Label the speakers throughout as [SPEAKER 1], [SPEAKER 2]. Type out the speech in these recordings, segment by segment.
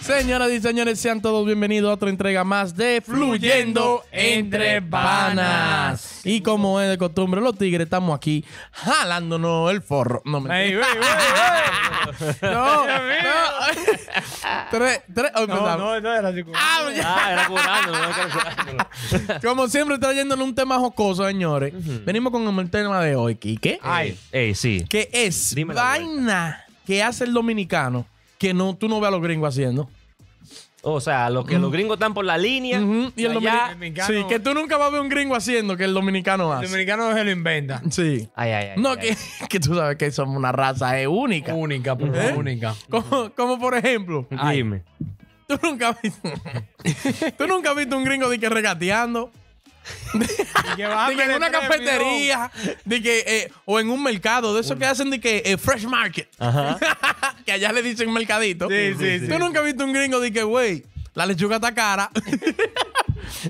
[SPEAKER 1] Señoras y señores, sean todos bienvenidos a otra entrega más de Fluyendo entre Panas. Y como es de costumbre, los tigres estamos aquí jalándonos el forro. No, me...
[SPEAKER 2] Ey, ey, ey,
[SPEAKER 1] no, no. tres, tres, hoy
[SPEAKER 2] no,
[SPEAKER 1] empezamos.
[SPEAKER 2] no, no era así como.
[SPEAKER 1] Ah, ya.
[SPEAKER 3] Ah, era curándolo, no era curándolo.
[SPEAKER 1] Como siempre, trayéndonos un tema jocoso, señores. Venimos con el tema de hoy, Quique.
[SPEAKER 3] Ay, ey, sí.
[SPEAKER 1] que es
[SPEAKER 3] Dime la
[SPEAKER 1] vaina que hace el dominicano que no, tú no ves a los gringos haciendo.
[SPEAKER 3] O sea, los que los gringos están por la línea.
[SPEAKER 1] Ujú. Y el
[SPEAKER 3] allá-
[SPEAKER 1] domini-
[SPEAKER 2] dominicano-
[SPEAKER 1] Sí, que tú nunca vas a ver un gringo haciendo que el dominicano
[SPEAKER 2] El
[SPEAKER 1] hace.
[SPEAKER 2] dominicano se lo inventa.
[SPEAKER 1] Sí.
[SPEAKER 3] Ay, ay, ay.
[SPEAKER 1] no,
[SPEAKER 3] ay.
[SPEAKER 1] que, que tú sabes que somos una raza eh, única.
[SPEAKER 2] Única, por favor, única.
[SPEAKER 1] Como, como por ejemplo,
[SPEAKER 3] Dime.
[SPEAKER 1] tú nunca has visto, tú nunca has visto un gringo de que regateando.
[SPEAKER 2] Y que
[SPEAKER 1] de que en una cafetería, de que, eh, o en un mercado, de eso que hacen de que eh, fresh market,
[SPEAKER 3] Ajá.
[SPEAKER 1] que allá le dicen mercadito.
[SPEAKER 2] Sí, sí, sí.
[SPEAKER 1] Tú nunca has visto un gringo de que, güey, la lechuga está cara,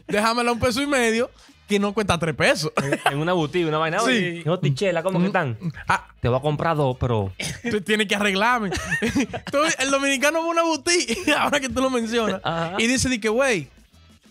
[SPEAKER 1] déjamela un peso y medio, que no cuesta tres pesos.
[SPEAKER 3] En una boutique, una vaina.
[SPEAKER 1] Sí.
[SPEAKER 3] Sí. No, tichela, ¿cómo que están?
[SPEAKER 1] Ah,
[SPEAKER 3] Te voy a comprar dos, pero.
[SPEAKER 1] tú tienes que arreglarme. Tú, el dominicano va a una boutique, ahora que tú lo mencionas,
[SPEAKER 3] Ajá.
[SPEAKER 1] y dice, de que, güey,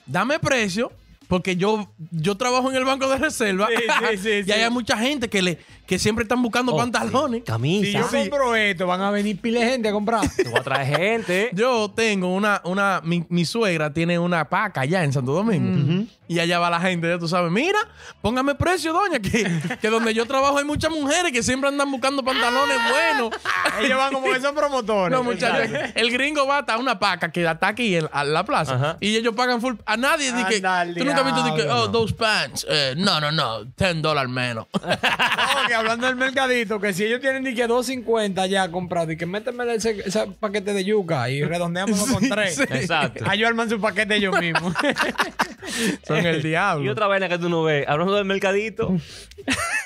[SPEAKER 1] dame precio. Porque yo, yo trabajo en el banco de reserva
[SPEAKER 2] Sí, sí, sí,
[SPEAKER 1] y
[SPEAKER 2] sí.
[SPEAKER 1] ahí hay mucha gente que le que siempre están buscando
[SPEAKER 3] Oh,
[SPEAKER 1] pantalones.
[SPEAKER 3] sí. Camisa.
[SPEAKER 2] Si yo compro esto, van a venir pile de gente a comprar.
[SPEAKER 3] Te voy a traer gente.
[SPEAKER 1] Yo tengo una, una, mi, mi suegra tiene una paca allá en Santo Domingo. Y allá va la gente, ya tú sabes, mira, póngame precio, doña, que, que donde yo trabajo hay muchas mujeres que siempre andan buscando pantalones
[SPEAKER 2] Ah.
[SPEAKER 1] buenos.
[SPEAKER 2] Ellos van como esos promotores.
[SPEAKER 1] No, muchachos, el gringo va hasta una paca que está aquí en a la plaza
[SPEAKER 3] Ajá.
[SPEAKER 1] y ellos pagan full. A nadie di que,
[SPEAKER 2] Anda al
[SPEAKER 1] tú nunca has visto di que,
[SPEAKER 2] diablo,
[SPEAKER 1] oh, those pants, eh, no, no, no, 10 dólares menos.
[SPEAKER 2] No, que hablando del mercadito, que si ellos tienen ni que 2.50 ya comprado y que métemele ese, ese paquete de yuca y redondeámoslo con tres.
[SPEAKER 1] sí.
[SPEAKER 3] Exacto.
[SPEAKER 2] Ah, ellos arman su paquete ellos mismos.
[SPEAKER 1] Son el
[SPEAKER 3] Y
[SPEAKER 1] diablo.
[SPEAKER 3] otra vaina que tú no ves. Hablando del mercadito.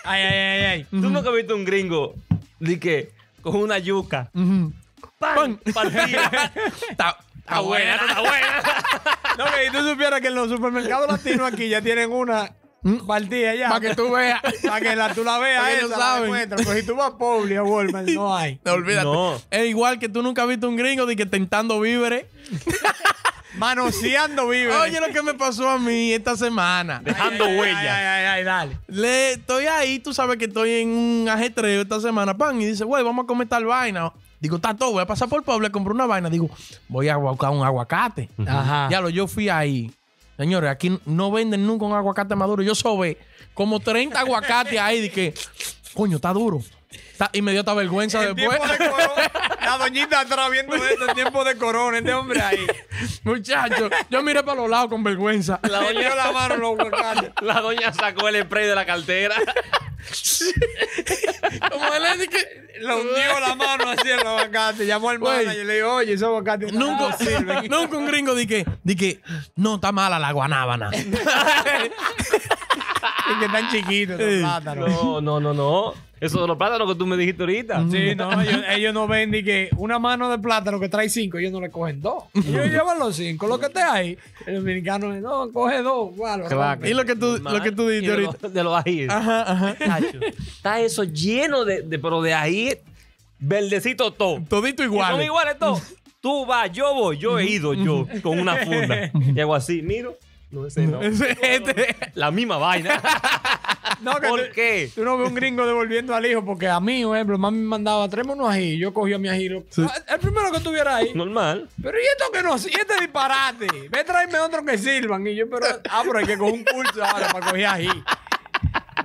[SPEAKER 2] ay, ay, ay, ay.
[SPEAKER 3] Tú nunca has visto un gringo. Di que. Con una yuca.
[SPEAKER 1] Ujú.
[SPEAKER 3] ¡Pan! Partida.
[SPEAKER 1] Está- está buena.
[SPEAKER 3] está buena.
[SPEAKER 2] No, que si tú supieras que en los supermercados latinos aquí ya tienen una partida ya.
[SPEAKER 1] Para Mm. que tú veas.
[SPEAKER 2] Para que la, tú la
[SPEAKER 1] Pa'
[SPEAKER 2] veas,
[SPEAKER 1] que
[SPEAKER 2] esa,
[SPEAKER 1] lo
[SPEAKER 2] la
[SPEAKER 1] saben.
[SPEAKER 2] encuentras. Pero si tú vas a Publi o Walmart, no hay.
[SPEAKER 1] No, olvídate.
[SPEAKER 3] No.
[SPEAKER 1] Es igual que tú nunca has visto un gringo de que tentando víveres.
[SPEAKER 2] Manoseando vive.
[SPEAKER 1] Oye, lo que me pasó a mí esta semana.
[SPEAKER 3] Dejando
[SPEAKER 2] Ay,
[SPEAKER 3] huellas.
[SPEAKER 2] ay, ay, dale.
[SPEAKER 1] Le estoy ahí, tú sabes que estoy en un ajetreo esta semana, pan, y dice, güey, vamos a comer tal vaina. Digo, está todo, voy a pasar por Puebla, compro una vaina. Digo, voy a buscar un aguacate.
[SPEAKER 2] Ajá.
[SPEAKER 1] Ya lo, yo fui ahí. Señores, aquí no venden nunca un aguacate maduro. Yo sobe como 30 aguacates ahí. de que coño, está duro. Está- y me dio esta vergüenza
[SPEAKER 2] En
[SPEAKER 1] después.
[SPEAKER 2] tiempo de corona. La doñita atrás viendo esto en tiempo de corona. Este hombre ahí.
[SPEAKER 1] Muchachos, yo miré para los lados con vergüenza.
[SPEAKER 2] La doña la mano los huecates.
[SPEAKER 3] La doña sacó el spray de la cartera.
[SPEAKER 1] Como él es de que...
[SPEAKER 2] Le hundió la mano así en los aguacates. Llamó al
[SPEAKER 1] Güey.
[SPEAKER 2] manager y le dijo, oye, esos aguacates
[SPEAKER 1] Nunca,
[SPEAKER 2] no sirven.
[SPEAKER 1] nunca un gringo di que, di que, no, está mala la guanábana.
[SPEAKER 2] Y que están chiquitos los plátanos.
[SPEAKER 3] No, no, no, no. Eso de los plátanos que tú me dijiste ahorita.
[SPEAKER 2] Sí, no, ellos, ellos no ven ni que una mano de plátano que trae cinco, ellos no le cogen dos. Ellos llevan los cinco, lo que esté ahí. El dominicano no, coge dos, guau, lo
[SPEAKER 3] Claro.
[SPEAKER 1] Y lo que tú, lo que tú dijiste
[SPEAKER 3] Y de lo-
[SPEAKER 1] ahorita.
[SPEAKER 3] De los ajíes.
[SPEAKER 1] Ajá, ajá.
[SPEAKER 3] Tacho, Está eso lleno de, de- pero de ají verdecito todo.
[SPEAKER 1] Todito
[SPEAKER 3] Y Son
[SPEAKER 1] igual.
[SPEAKER 3] iguales todos. Tú vas, yo voy, yo he ido yo con una funda. Y hago así, miro. No, ese no. La misma vaina.
[SPEAKER 2] No, que
[SPEAKER 3] ¿Por
[SPEAKER 2] tú-
[SPEAKER 3] qué?
[SPEAKER 2] Tú no ves un gringo devolviendo al hijo, porque a mí, por ejemplo, mami me mandaba, tráeme unos ají, yo cogía mi ají. lo- Ah, El primero que tuviera ahí.
[SPEAKER 3] Normal.
[SPEAKER 2] Pero ¿y esto que no? ¿Y este disparate? Ve, tráeme otro que sirvan. Y yo, pero, ah, pero hay que coger un curso ahora para coger ají.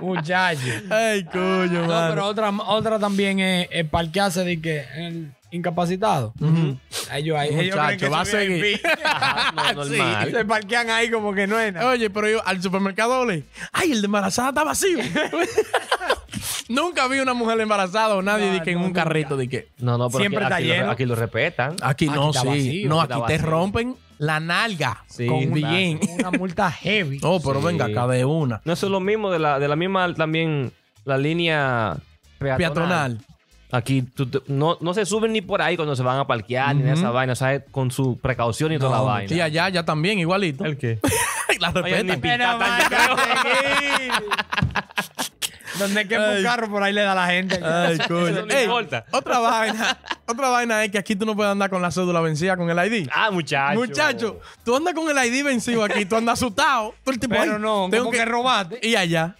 [SPEAKER 2] Muchacho.
[SPEAKER 1] Ay, coño,
[SPEAKER 2] Ah, No, pero
[SPEAKER 1] mano.
[SPEAKER 2] otra, otra también es, es parquearse de que el incapacitado. Ellos ahí, ellos creen que
[SPEAKER 1] Muchacho, va a
[SPEAKER 2] son
[SPEAKER 1] seguir. Ah,
[SPEAKER 2] VIP.
[SPEAKER 3] Ajá, no, normal.
[SPEAKER 2] Se parquean ahí como que no es nada.
[SPEAKER 1] Oye, pero yo al supermercado le. Ay, el de embarazada está vacío. Nunca vi una mujer embarazada o nadie
[SPEAKER 2] No,
[SPEAKER 1] di que en
[SPEAKER 2] no,
[SPEAKER 1] un
[SPEAKER 2] nunca.
[SPEAKER 1] carrito di que.
[SPEAKER 3] No, no, pero
[SPEAKER 2] Siempre
[SPEAKER 3] aquí,
[SPEAKER 2] está
[SPEAKER 3] aquí lo-
[SPEAKER 2] lleno.
[SPEAKER 3] aquí lo respetan.
[SPEAKER 1] Aquí no,
[SPEAKER 2] Aquí está
[SPEAKER 1] sí.
[SPEAKER 2] vacío,
[SPEAKER 1] no,
[SPEAKER 3] aquí
[SPEAKER 1] aquí
[SPEAKER 3] está
[SPEAKER 1] te
[SPEAKER 3] vacío.
[SPEAKER 1] rompen la nalga.
[SPEAKER 3] Sí,
[SPEAKER 1] con un
[SPEAKER 3] claro.
[SPEAKER 1] billín.
[SPEAKER 2] Una multa heavy.
[SPEAKER 1] Oh, pero
[SPEAKER 3] Sí.
[SPEAKER 1] venga, acá de una.
[SPEAKER 3] No, eso es lo mismo de la, de la misma también la línea peatonal.
[SPEAKER 1] Peatonal.
[SPEAKER 3] Aquí tú te- no, no se suben ni por ahí cuando se van a parquear ni nada de esa vaina, o sea, con su precaución y toda la vaina.
[SPEAKER 1] Y allá ya también, igualito.
[SPEAKER 3] ¿El qué?
[SPEAKER 1] la
[SPEAKER 3] Oye, ni
[SPEAKER 1] respetan.
[SPEAKER 3] pi-
[SPEAKER 2] Pero
[SPEAKER 3] Está tan-
[SPEAKER 2] manda a seguir. Donde quema un carro, por ahí le da a la gente.
[SPEAKER 1] Ay, coño.
[SPEAKER 3] Eso no
[SPEAKER 1] Ey,
[SPEAKER 3] importa.
[SPEAKER 1] Otra vaina. Otra vaina es que aquí tú no puedes andar con la cédula vencida con el ID.
[SPEAKER 3] Ah, muchacho.
[SPEAKER 1] Muchacho, tú andas con el ID vencido aquí, tú andas asustado. Tú el tipo,
[SPEAKER 2] Pero
[SPEAKER 1] "Ay,
[SPEAKER 2] no,
[SPEAKER 1] tengo
[SPEAKER 2] tengo que, robarte.
[SPEAKER 1] Y allá.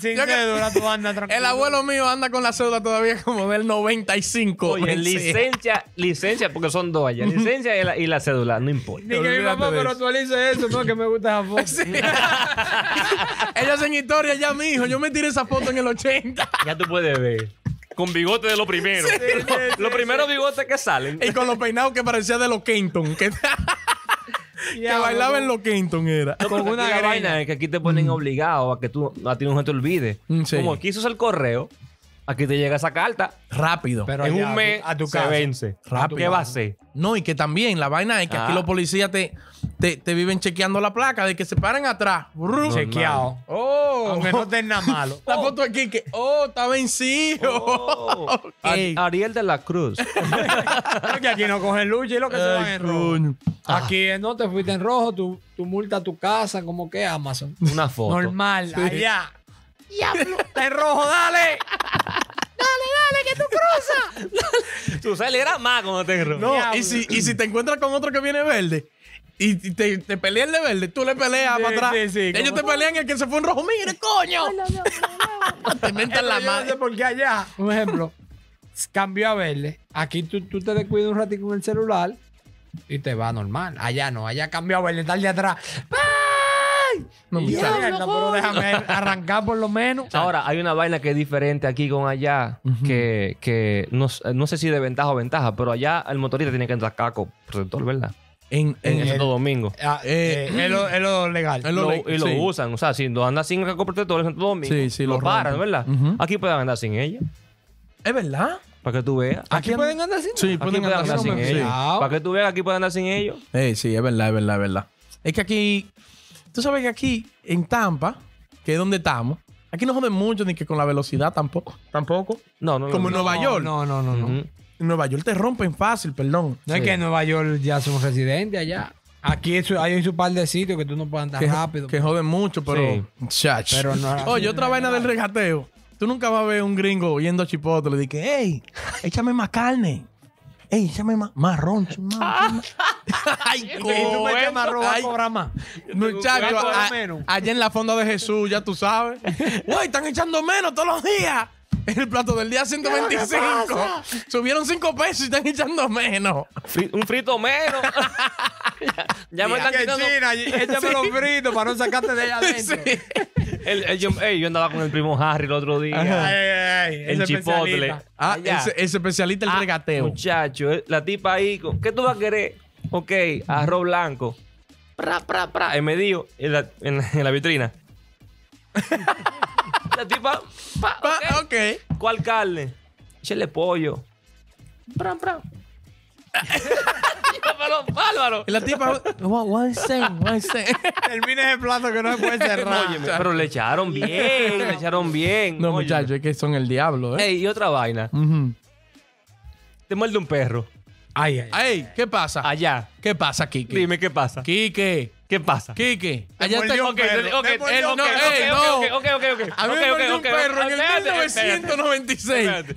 [SPEAKER 2] Sin
[SPEAKER 1] Yo que-
[SPEAKER 2] cédula tú andas tranquilo.
[SPEAKER 1] El abuelo mío anda con la cédula todavía como del 95.
[SPEAKER 3] Oye,
[SPEAKER 1] vencida.
[SPEAKER 3] licencia, licencia, porque son dos allá. Licencia y la, y la cédula, no importa.
[SPEAKER 2] Ni que mi
[SPEAKER 1] Olvídate
[SPEAKER 2] mamá,
[SPEAKER 1] de
[SPEAKER 2] pero
[SPEAKER 1] eso.
[SPEAKER 2] actualice eso, no, que me gusta esa foto.
[SPEAKER 1] Ellos hacen historia ya, mijo. Yo me tiré esa foto en el 80
[SPEAKER 3] Ya tú puedes ver. Con bigote de lo primero. Los primeros bigotes que salen.
[SPEAKER 1] y con los peinados que parecía de los Kenton. Que, que
[SPEAKER 2] Ya,
[SPEAKER 1] bailaba
[SPEAKER 2] boludo.
[SPEAKER 1] en los Kenton era.
[SPEAKER 3] No,
[SPEAKER 2] Con
[SPEAKER 3] porque
[SPEAKER 2] una
[SPEAKER 3] aquí
[SPEAKER 2] greña.
[SPEAKER 3] la vaina es que aquí te ponen obligado a que tú a ti no se te olvide.
[SPEAKER 1] Mm, sí.
[SPEAKER 3] Como aquí hizo el correo, aquí te llega esa carta.
[SPEAKER 1] Rápido.
[SPEAKER 2] Pero
[SPEAKER 3] en
[SPEAKER 2] allá,
[SPEAKER 3] un mes
[SPEAKER 2] a tu
[SPEAKER 3] se
[SPEAKER 2] casa.
[SPEAKER 3] vence.
[SPEAKER 1] Rápido.
[SPEAKER 3] ¿Qué va a hacer?
[SPEAKER 1] No, y que también la vaina es que aquí
[SPEAKER 3] Ah.
[SPEAKER 1] los policías te, te, te viven chequeando la placa de que se paran atrás. Brum.
[SPEAKER 2] Chequeado.
[SPEAKER 1] Oh.
[SPEAKER 2] Aunque no tenga nada malo.
[SPEAKER 1] La foto aquí que, oh, está vencido.
[SPEAKER 3] Ar- Ariel de la Cruz.
[SPEAKER 2] Porque aquí no cogen lucha y lo que se van
[SPEAKER 1] Ay,
[SPEAKER 2] en rojo.
[SPEAKER 1] coño.
[SPEAKER 2] Aquí eh, no te fuiste en rojo, tú, tú multas tu casa, como que Amazon.
[SPEAKER 3] Una foto.
[SPEAKER 2] Normal, allá. Diablo. Está en rojo, dale.
[SPEAKER 3] Tú sales era más cuando te enro-
[SPEAKER 1] No,
[SPEAKER 2] Diablo.
[SPEAKER 1] y si, y si te encuentras con otro que viene verde y y te, te peleas el de verde, tú le peleas
[SPEAKER 2] Sí,
[SPEAKER 1] para atrás.
[SPEAKER 2] sí, sí,
[SPEAKER 1] Ellos
[SPEAKER 2] como-
[SPEAKER 1] te pelean el que se fue en rojo. Mire, coño. te mentan la
[SPEAKER 2] Yo no sé
[SPEAKER 1] madre.
[SPEAKER 2] por qué allá. Un ejemplo, cambió a verle. Aquí tú, tú te descuidas un ratito con el celular y te va normal. Allá no, allá cambió a verle, tal de atrás. ¡Ay!
[SPEAKER 1] No,
[SPEAKER 2] Y
[SPEAKER 1] muchacho.
[SPEAKER 2] mierda, pero déjame arrancar por lo menos.
[SPEAKER 3] Ahora, hay una vaina que es diferente aquí con allá, que, que no, s- no sé si de ventaja o ventaja, pero allá el motorista tiene que entrar caco protector, ¿verdad?
[SPEAKER 1] En,
[SPEAKER 3] En,
[SPEAKER 1] en-
[SPEAKER 3] Santo Domingo.
[SPEAKER 2] Ah, eh, es, lo, es lo legal.
[SPEAKER 1] Es
[SPEAKER 3] Lo-
[SPEAKER 1] le-
[SPEAKER 3] y lo
[SPEAKER 1] sí.
[SPEAKER 3] usan, o sea, si no andas sin caco protector en Santo Domingo,
[SPEAKER 1] Sí, sí,
[SPEAKER 3] lo,
[SPEAKER 1] lo
[SPEAKER 3] paran,
[SPEAKER 1] rompen.
[SPEAKER 3] ¿verdad?
[SPEAKER 1] Ujú.
[SPEAKER 3] Aquí pueden andar sin ella,
[SPEAKER 1] ¿Es verdad?
[SPEAKER 3] para que tú veas.
[SPEAKER 2] Aquí pueden andar sin
[SPEAKER 1] Sí,
[SPEAKER 3] Aquí
[SPEAKER 1] pueden
[SPEAKER 3] pueden andar
[SPEAKER 1] andar
[SPEAKER 3] sin
[SPEAKER 1] sin-
[SPEAKER 3] ellos.
[SPEAKER 2] sí.
[SPEAKER 3] Para que tú veas, aquí pueden andar sin ellos.
[SPEAKER 1] Eh, sí, es verdad, es verdad, es verdad. Es que aquí, tú sabes que aquí, en Tampa, que es donde estamos, aquí no joden mucho ni que con la velocidad tampoco. Tampoco.
[SPEAKER 3] No, no, no.
[SPEAKER 1] Como en
[SPEAKER 3] no.
[SPEAKER 1] Nueva York.
[SPEAKER 2] No, no, no, no.
[SPEAKER 3] Ujú.
[SPEAKER 1] En Nueva York te rompen fácil, perdón.
[SPEAKER 2] No es que en Nueva York ya somos residentes allá. Aquí es- hay un par de sitios que tú no puedes andar
[SPEAKER 1] que,
[SPEAKER 2] rápido.
[SPEAKER 1] que joden mucho, pero. Chach.
[SPEAKER 2] Pero no-
[SPEAKER 1] Oye, otra vaina del regateo. Tú nunca vas a ver un gringo yendo a Chipotle y dije, hey, échame más carne. Ey, échame más marrón, chumá. Ay,
[SPEAKER 2] Y tú me llamas a robar,
[SPEAKER 1] Ay,
[SPEAKER 2] cobra más.
[SPEAKER 1] Muchachos,
[SPEAKER 2] Gato de
[SPEAKER 1] a-
[SPEAKER 2] menos.
[SPEAKER 1] allá en la fonda de Jesús, ya tú sabes. Güey, están echando menos todos los días. El plato del día 125. Subieron 5 pesos y están echando menos.
[SPEAKER 3] Fri- un frito menos. ya ya me están
[SPEAKER 2] Que
[SPEAKER 3] quitando.
[SPEAKER 2] China, échame los fritos para no sacarte de allá adentro.
[SPEAKER 3] El- el- yo, ey, yo andaba con el primo Harry el otro día. En Chipotle.
[SPEAKER 1] Ah,
[SPEAKER 3] Allá.
[SPEAKER 1] ese, ese especialista el
[SPEAKER 3] Ah,
[SPEAKER 1] regateo.
[SPEAKER 3] Muchacho, eh, la tipa ahí, con- ¿qué tú vas a querer? Ok, arroz blanco. Pra, pra, pra. Y me dijo en la, en, en la vitrina. la tipa, pa,
[SPEAKER 1] Pa-
[SPEAKER 3] ok.
[SPEAKER 1] Ah, ok.
[SPEAKER 3] ¿Cuál carne? Échale pollo. Pra, pra. Yo, pero, bárbaro.
[SPEAKER 1] Y la tipa, one, one cent, one cent.
[SPEAKER 2] Termina ese plato que no se puede cerrar.
[SPEAKER 3] Óyeme, pero le echaron bien, le echaron bien.
[SPEAKER 1] No,
[SPEAKER 3] Óyeme.
[SPEAKER 1] muchachos, es que son el diablo, ¿eh?
[SPEAKER 3] Ey, y otra vaina.
[SPEAKER 1] Ujú.
[SPEAKER 3] Te muerde un perro.
[SPEAKER 2] Ay, ay.
[SPEAKER 1] Ey, ¿qué pasa?
[SPEAKER 3] Allá.
[SPEAKER 1] ¿Qué pasa, Kike?
[SPEAKER 3] Dime qué pasa.
[SPEAKER 1] Kike,
[SPEAKER 3] ¿Qué pasa?
[SPEAKER 1] Kike.
[SPEAKER 2] Te
[SPEAKER 1] Allá está
[SPEAKER 2] mordió un
[SPEAKER 3] Ok,
[SPEAKER 2] perro.
[SPEAKER 3] ok,
[SPEAKER 2] Te mordió un
[SPEAKER 3] ok, ok,
[SPEAKER 2] perro.
[SPEAKER 1] ey,
[SPEAKER 3] ok,
[SPEAKER 1] no.
[SPEAKER 3] ok, ok, ok, ok.
[SPEAKER 1] A mí
[SPEAKER 3] Ok,
[SPEAKER 1] me
[SPEAKER 3] ok,
[SPEAKER 1] mordió
[SPEAKER 3] ok,
[SPEAKER 1] un perro en el
[SPEAKER 3] espérate, espérate.
[SPEAKER 1] 1996.
[SPEAKER 3] Espérate.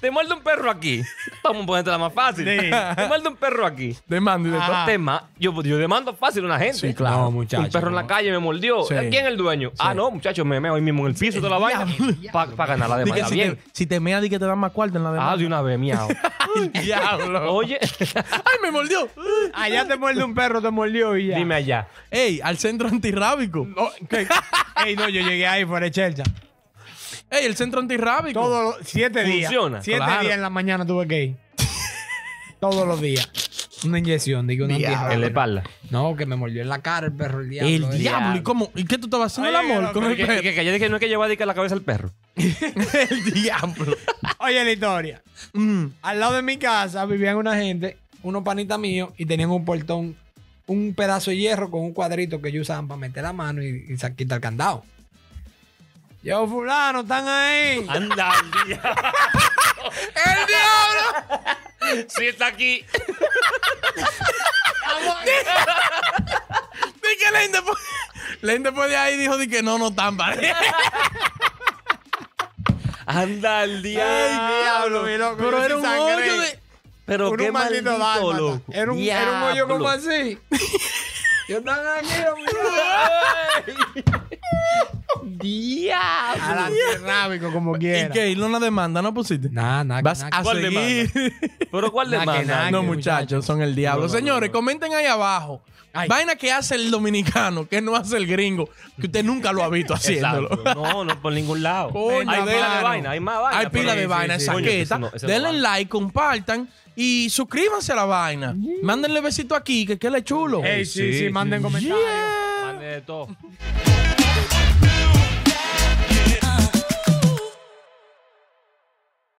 [SPEAKER 3] Te muerde un perro aquí. Vamos a ponértela más fácil.
[SPEAKER 2] Sí.
[SPEAKER 3] Te muerde un perro aquí.
[SPEAKER 1] Demanda y de todo.
[SPEAKER 2] Ajá.
[SPEAKER 3] Te ma- yo, yo demando fácil a una gente.
[SPEAKER 1] Sí, claro.
[SPEAKER 2] No, muchacho.
[SPEAKER 3] Un perro en la calle me mordió.
[SPEAKER 1] Sí.
[SPEAKER 3] ¿Quién es el dueño? Ah, no, muchacho, me meo ahí mismo en el piso de la vaina. Para ganar la
[SPEAKER 1] Di que
[SPEAKER 3] demanda.
[SPEAKER 1] si,
[SPEAKER 3] Bien.
[SPEAKER 1] te, si te mea, di que te dan más cuarto en la
[SPEAKER 3] Ah,
[SPEAKER 1] demanda.
[SPEAKER 3] de una vez, miau.
[SPEAKER 1] diablo.
[SPEAKER 3] Oye,
[SPEAKER 1] ¡Ay, me mordió!
[SPEAKER 2] Allá Ah, te muerde un perro, te mordió y ya.
[SPEAKER 3] dime allá.
[SPEAKER 1] Ey, al centro antirrábico.
[SPEAKER 2] No, ¿qué? Ey, no, yo llegué ahí fuera de Chelcha.
[SPEAKER 1] Ey, el centro antirrábico.
[SPEAKER 2] Todos los siete días.
[SPEAKER 3] Funciona,
[SPEAKER 2] Siete
[SPEAKER 1] claro.
[SPEAKER 2] días en la mañana tuve que ir. Todos los días. Una inyección, digo, una antirrábica.
[SPEAKER 3] En la espalda.
[SPEAKER 2] No, que me mordió en la cara el perro el diablo.
[SPEAKER 1] el
[SPEAKER 2] eh.
[SPEAKER 1] diablo.
[SPEAKER 3] diablo.
[SPEAKER 1] ¿Y cómo? ¿Y qué tú estabas haciendo
[SPEAKER 2] Oye,
[SPEAKER 1] el amor
[SPEAKER 2] no,
[SPEAKER 1] con el
[SPEAKER 3] Que, que,
[SPEAKER 1] perro?
[SPEAKER 3] que, yo dije, no es que yo voy a dedicar la cabeza al perro.
[SPEAKER 1] el diablo.
[SPEAKER 2] Oye, la historia.
[SPEAKER 1] Mm.
[SPEAKER 2] Al lado de mi casa vivían una gente, unos panitas míos, y tenían un portón, un pedazo de hierro con un cuadrito que ellos usaban para meter la mano y, y sa- quitar el candado. Yo, fulano, están ahí.
[SPEAKER 3] Anda, el diablo.
[SPEAKER 1] ¡El diablo!
[SPEAKER 3] Si está
[SPEAKER 1] Di
[SPEAKER 3] aquí.
[SPEAKER 1] que la indepo- Len después de ahí dijo de que no, no tan parejo.
[SPEAKER 3] Anda al diablo.
[SPEAKER 2] mi loco,
[SPEAKER 1] Pero
[SPEAKER 2] yo
[SPEAKER 1] era
[SPEAKER 2] sí
[SPEAKER 1] un
[SPEAKER 2] sangré.
[SPEAKER 1] hoyo de.
[SPEAKER 3] Pero
[SPEAKER 2] Con
[SPEAKER 3] qué
[SPEAKER 2] un maldito
[SPEAKER 3] maldito
[SPEAKER 2] dálmata.
[SPEAKER 3] loco.
[SPEAKER 2] Era un, era un hoyo como
[SPEAKER 3] Diablo.
[SPEAKER 2] así. Yo estaba aquí, hombre.
[SPEAKER 3] Diablo.
[SPEAKER 2] A la cerrámico, como
[SPEAKER 1] ¿Y
[SPEAKER 2] quiera.
[SPEAKER 1] qué? ¿Y una demanda no pusiste?
[SPEAKER 2] Nada, nada.
[SPEAKER 1] Vas
[SPEAKER 2] nada.
[SPEAKER 1] a
[SPEAKER 3] ¿Cuál
[SPEAKER 1] seguir.
[SPEAKER 3] Pero ¿cuál le
[SPEAKER 2] Nah, que nah,
[SPEAKER 3] manda?
[SPEAKER 1] no,
[SPEAKER 2] que
[SPEAKER 1] muchachos, son el diablo. Señores, comenten ahí abajo.
[SPEAKER 2] Ay.
[SPEAKER 1] Vaina que hace el dominicano, que no hace el gringo, que usted nunca lo ha visto haciéndolo.
[SPEAKER 3] Exacto. No, no por ningún lado.
[SPEAKER 1] Coño,
[SPEAKER 3] hay pila de
[SPEAKER 1] mano.
[SPEAKER 3] vaina, hay más vaina.
[SPEAKER 1] Hay pila
[SPEAKER 3] pero-
[SPEAKER 1] de
[SPEAKER 3] Sí,
[SPEAKER 1] vaina,
[SPEAKER 3] sí, sí.
[SPEAKER 1] esa
[SPEAKER 3] Coño,
[SPEAKER 1] saqueta.
[SPEAKER 3] eso no- eso no
[SPEAKER 1] Denle
[SPEAKER 3] va.
[SPEAKER 1] like, compartan y suscríbanse a la vaina.
[SPEAKER 3] Mm.
[SPEAKER 1] Mándenle besito aquí, que quede chulo.
[SPEAKER 2] Ey, sí, sí,
[SPEAKER 3] Sí,
[SPEAKER 2] manden comentarios.
[SPEAKER 1] Yeah.
[SPEAKER 3] Mande de todo.